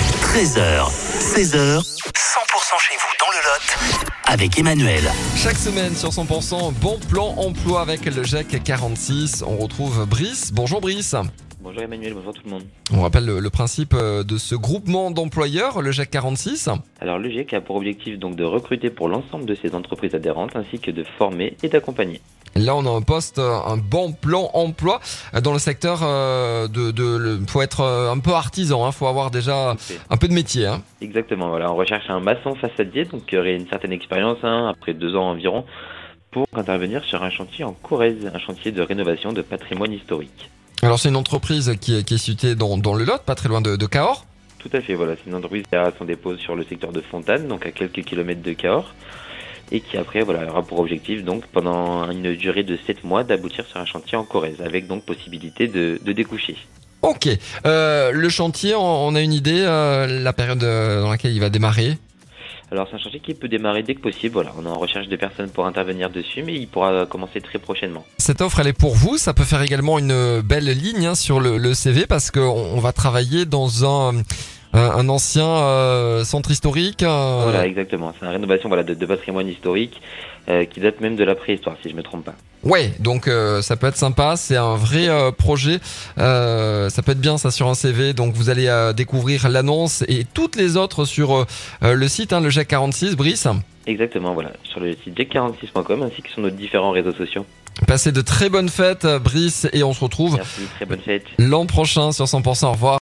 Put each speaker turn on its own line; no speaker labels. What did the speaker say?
13h, 16h, 100% chez vous dans le Lot, avec Emmanuel.
Chaque semaine sur 100%, bon plan emploi avec le GEC 46. On retrouve Brice. Bonjour Brice.
Bonjour Emmanuel, bonjour tout le monde.
On rappelle le, le principe euh, de ce groupement d'employeurs, le E GEC 46.
Alors le GIEC a pour objectif donc de recruter pour l'ensemble de ses entreprises adhérentes ainsi que de former et d'accompagner.
Là, on a un poste, euh, un bon plan emploi euh, dans le secteur euh, de. de le- faut être euh, un peu artisan, il faut avoir déjà
Tout à fait.
un peu de métier. hein.
Exactement, voilà, on recherche un maçon façadier donc qui aurait une certaine expérience, hein, après deux ans environ, pour intervenir sur un chantier en Corrèze, un chantier de rénovation de patrimoine historique.
Alors, c'est une entreprise qui est, qui est située dans, dans le Lot, pas très loin de, de Cahors.
Tout à fait, voilà, c'est une entreprise qui a son dépôt sur le secteur de Fontane, donc à quelques kilomètres de Cahors, et qui après voilà, aura pour objectif donc pendant une durée de 7 mois d'aboutir sur un chantier en Corrèze, avec donc possibilité de, de découcher.
Ok. Euh, le chantier, on, on a une idée, euh, la période euh, dans laquelle il va démarrer.
Alors c'est un chantier qui peut démarrer dès que possible, voilà, on est en recherche de personnes pour intervenir dessus, mais il pourra commencer très prochainement.
Cette offre, elle est pour vous. Ça peut faire également une belle ligne hein, sur le, le CV parce qu'on on va travailler dans un, un, un ancien euh, centre historique. euh,
Voilà, exactement, c'est une rénovation voilà, de, de patrimoine historique euh, qui date même de la préhistoire, si je me trompe pas.
Ouais, donc euh, ça peut être sympa, c'est un vrai euh, projet, euh, ça peut être bien ça sur un CV, donc vous allez euh, découvrir l'annonce et toutes les autres sur euh, euh, le site, hein, le GEC 46, Brice.
Exactement, voilà, sur le site j46.com ainsi que sur nos différents réseaux sociaux.
Passez de très bonnes fêtes, euh, Brice, et on se retrouve
Merci, très bonne fête.
l'an prochain sur 100%, au revoir.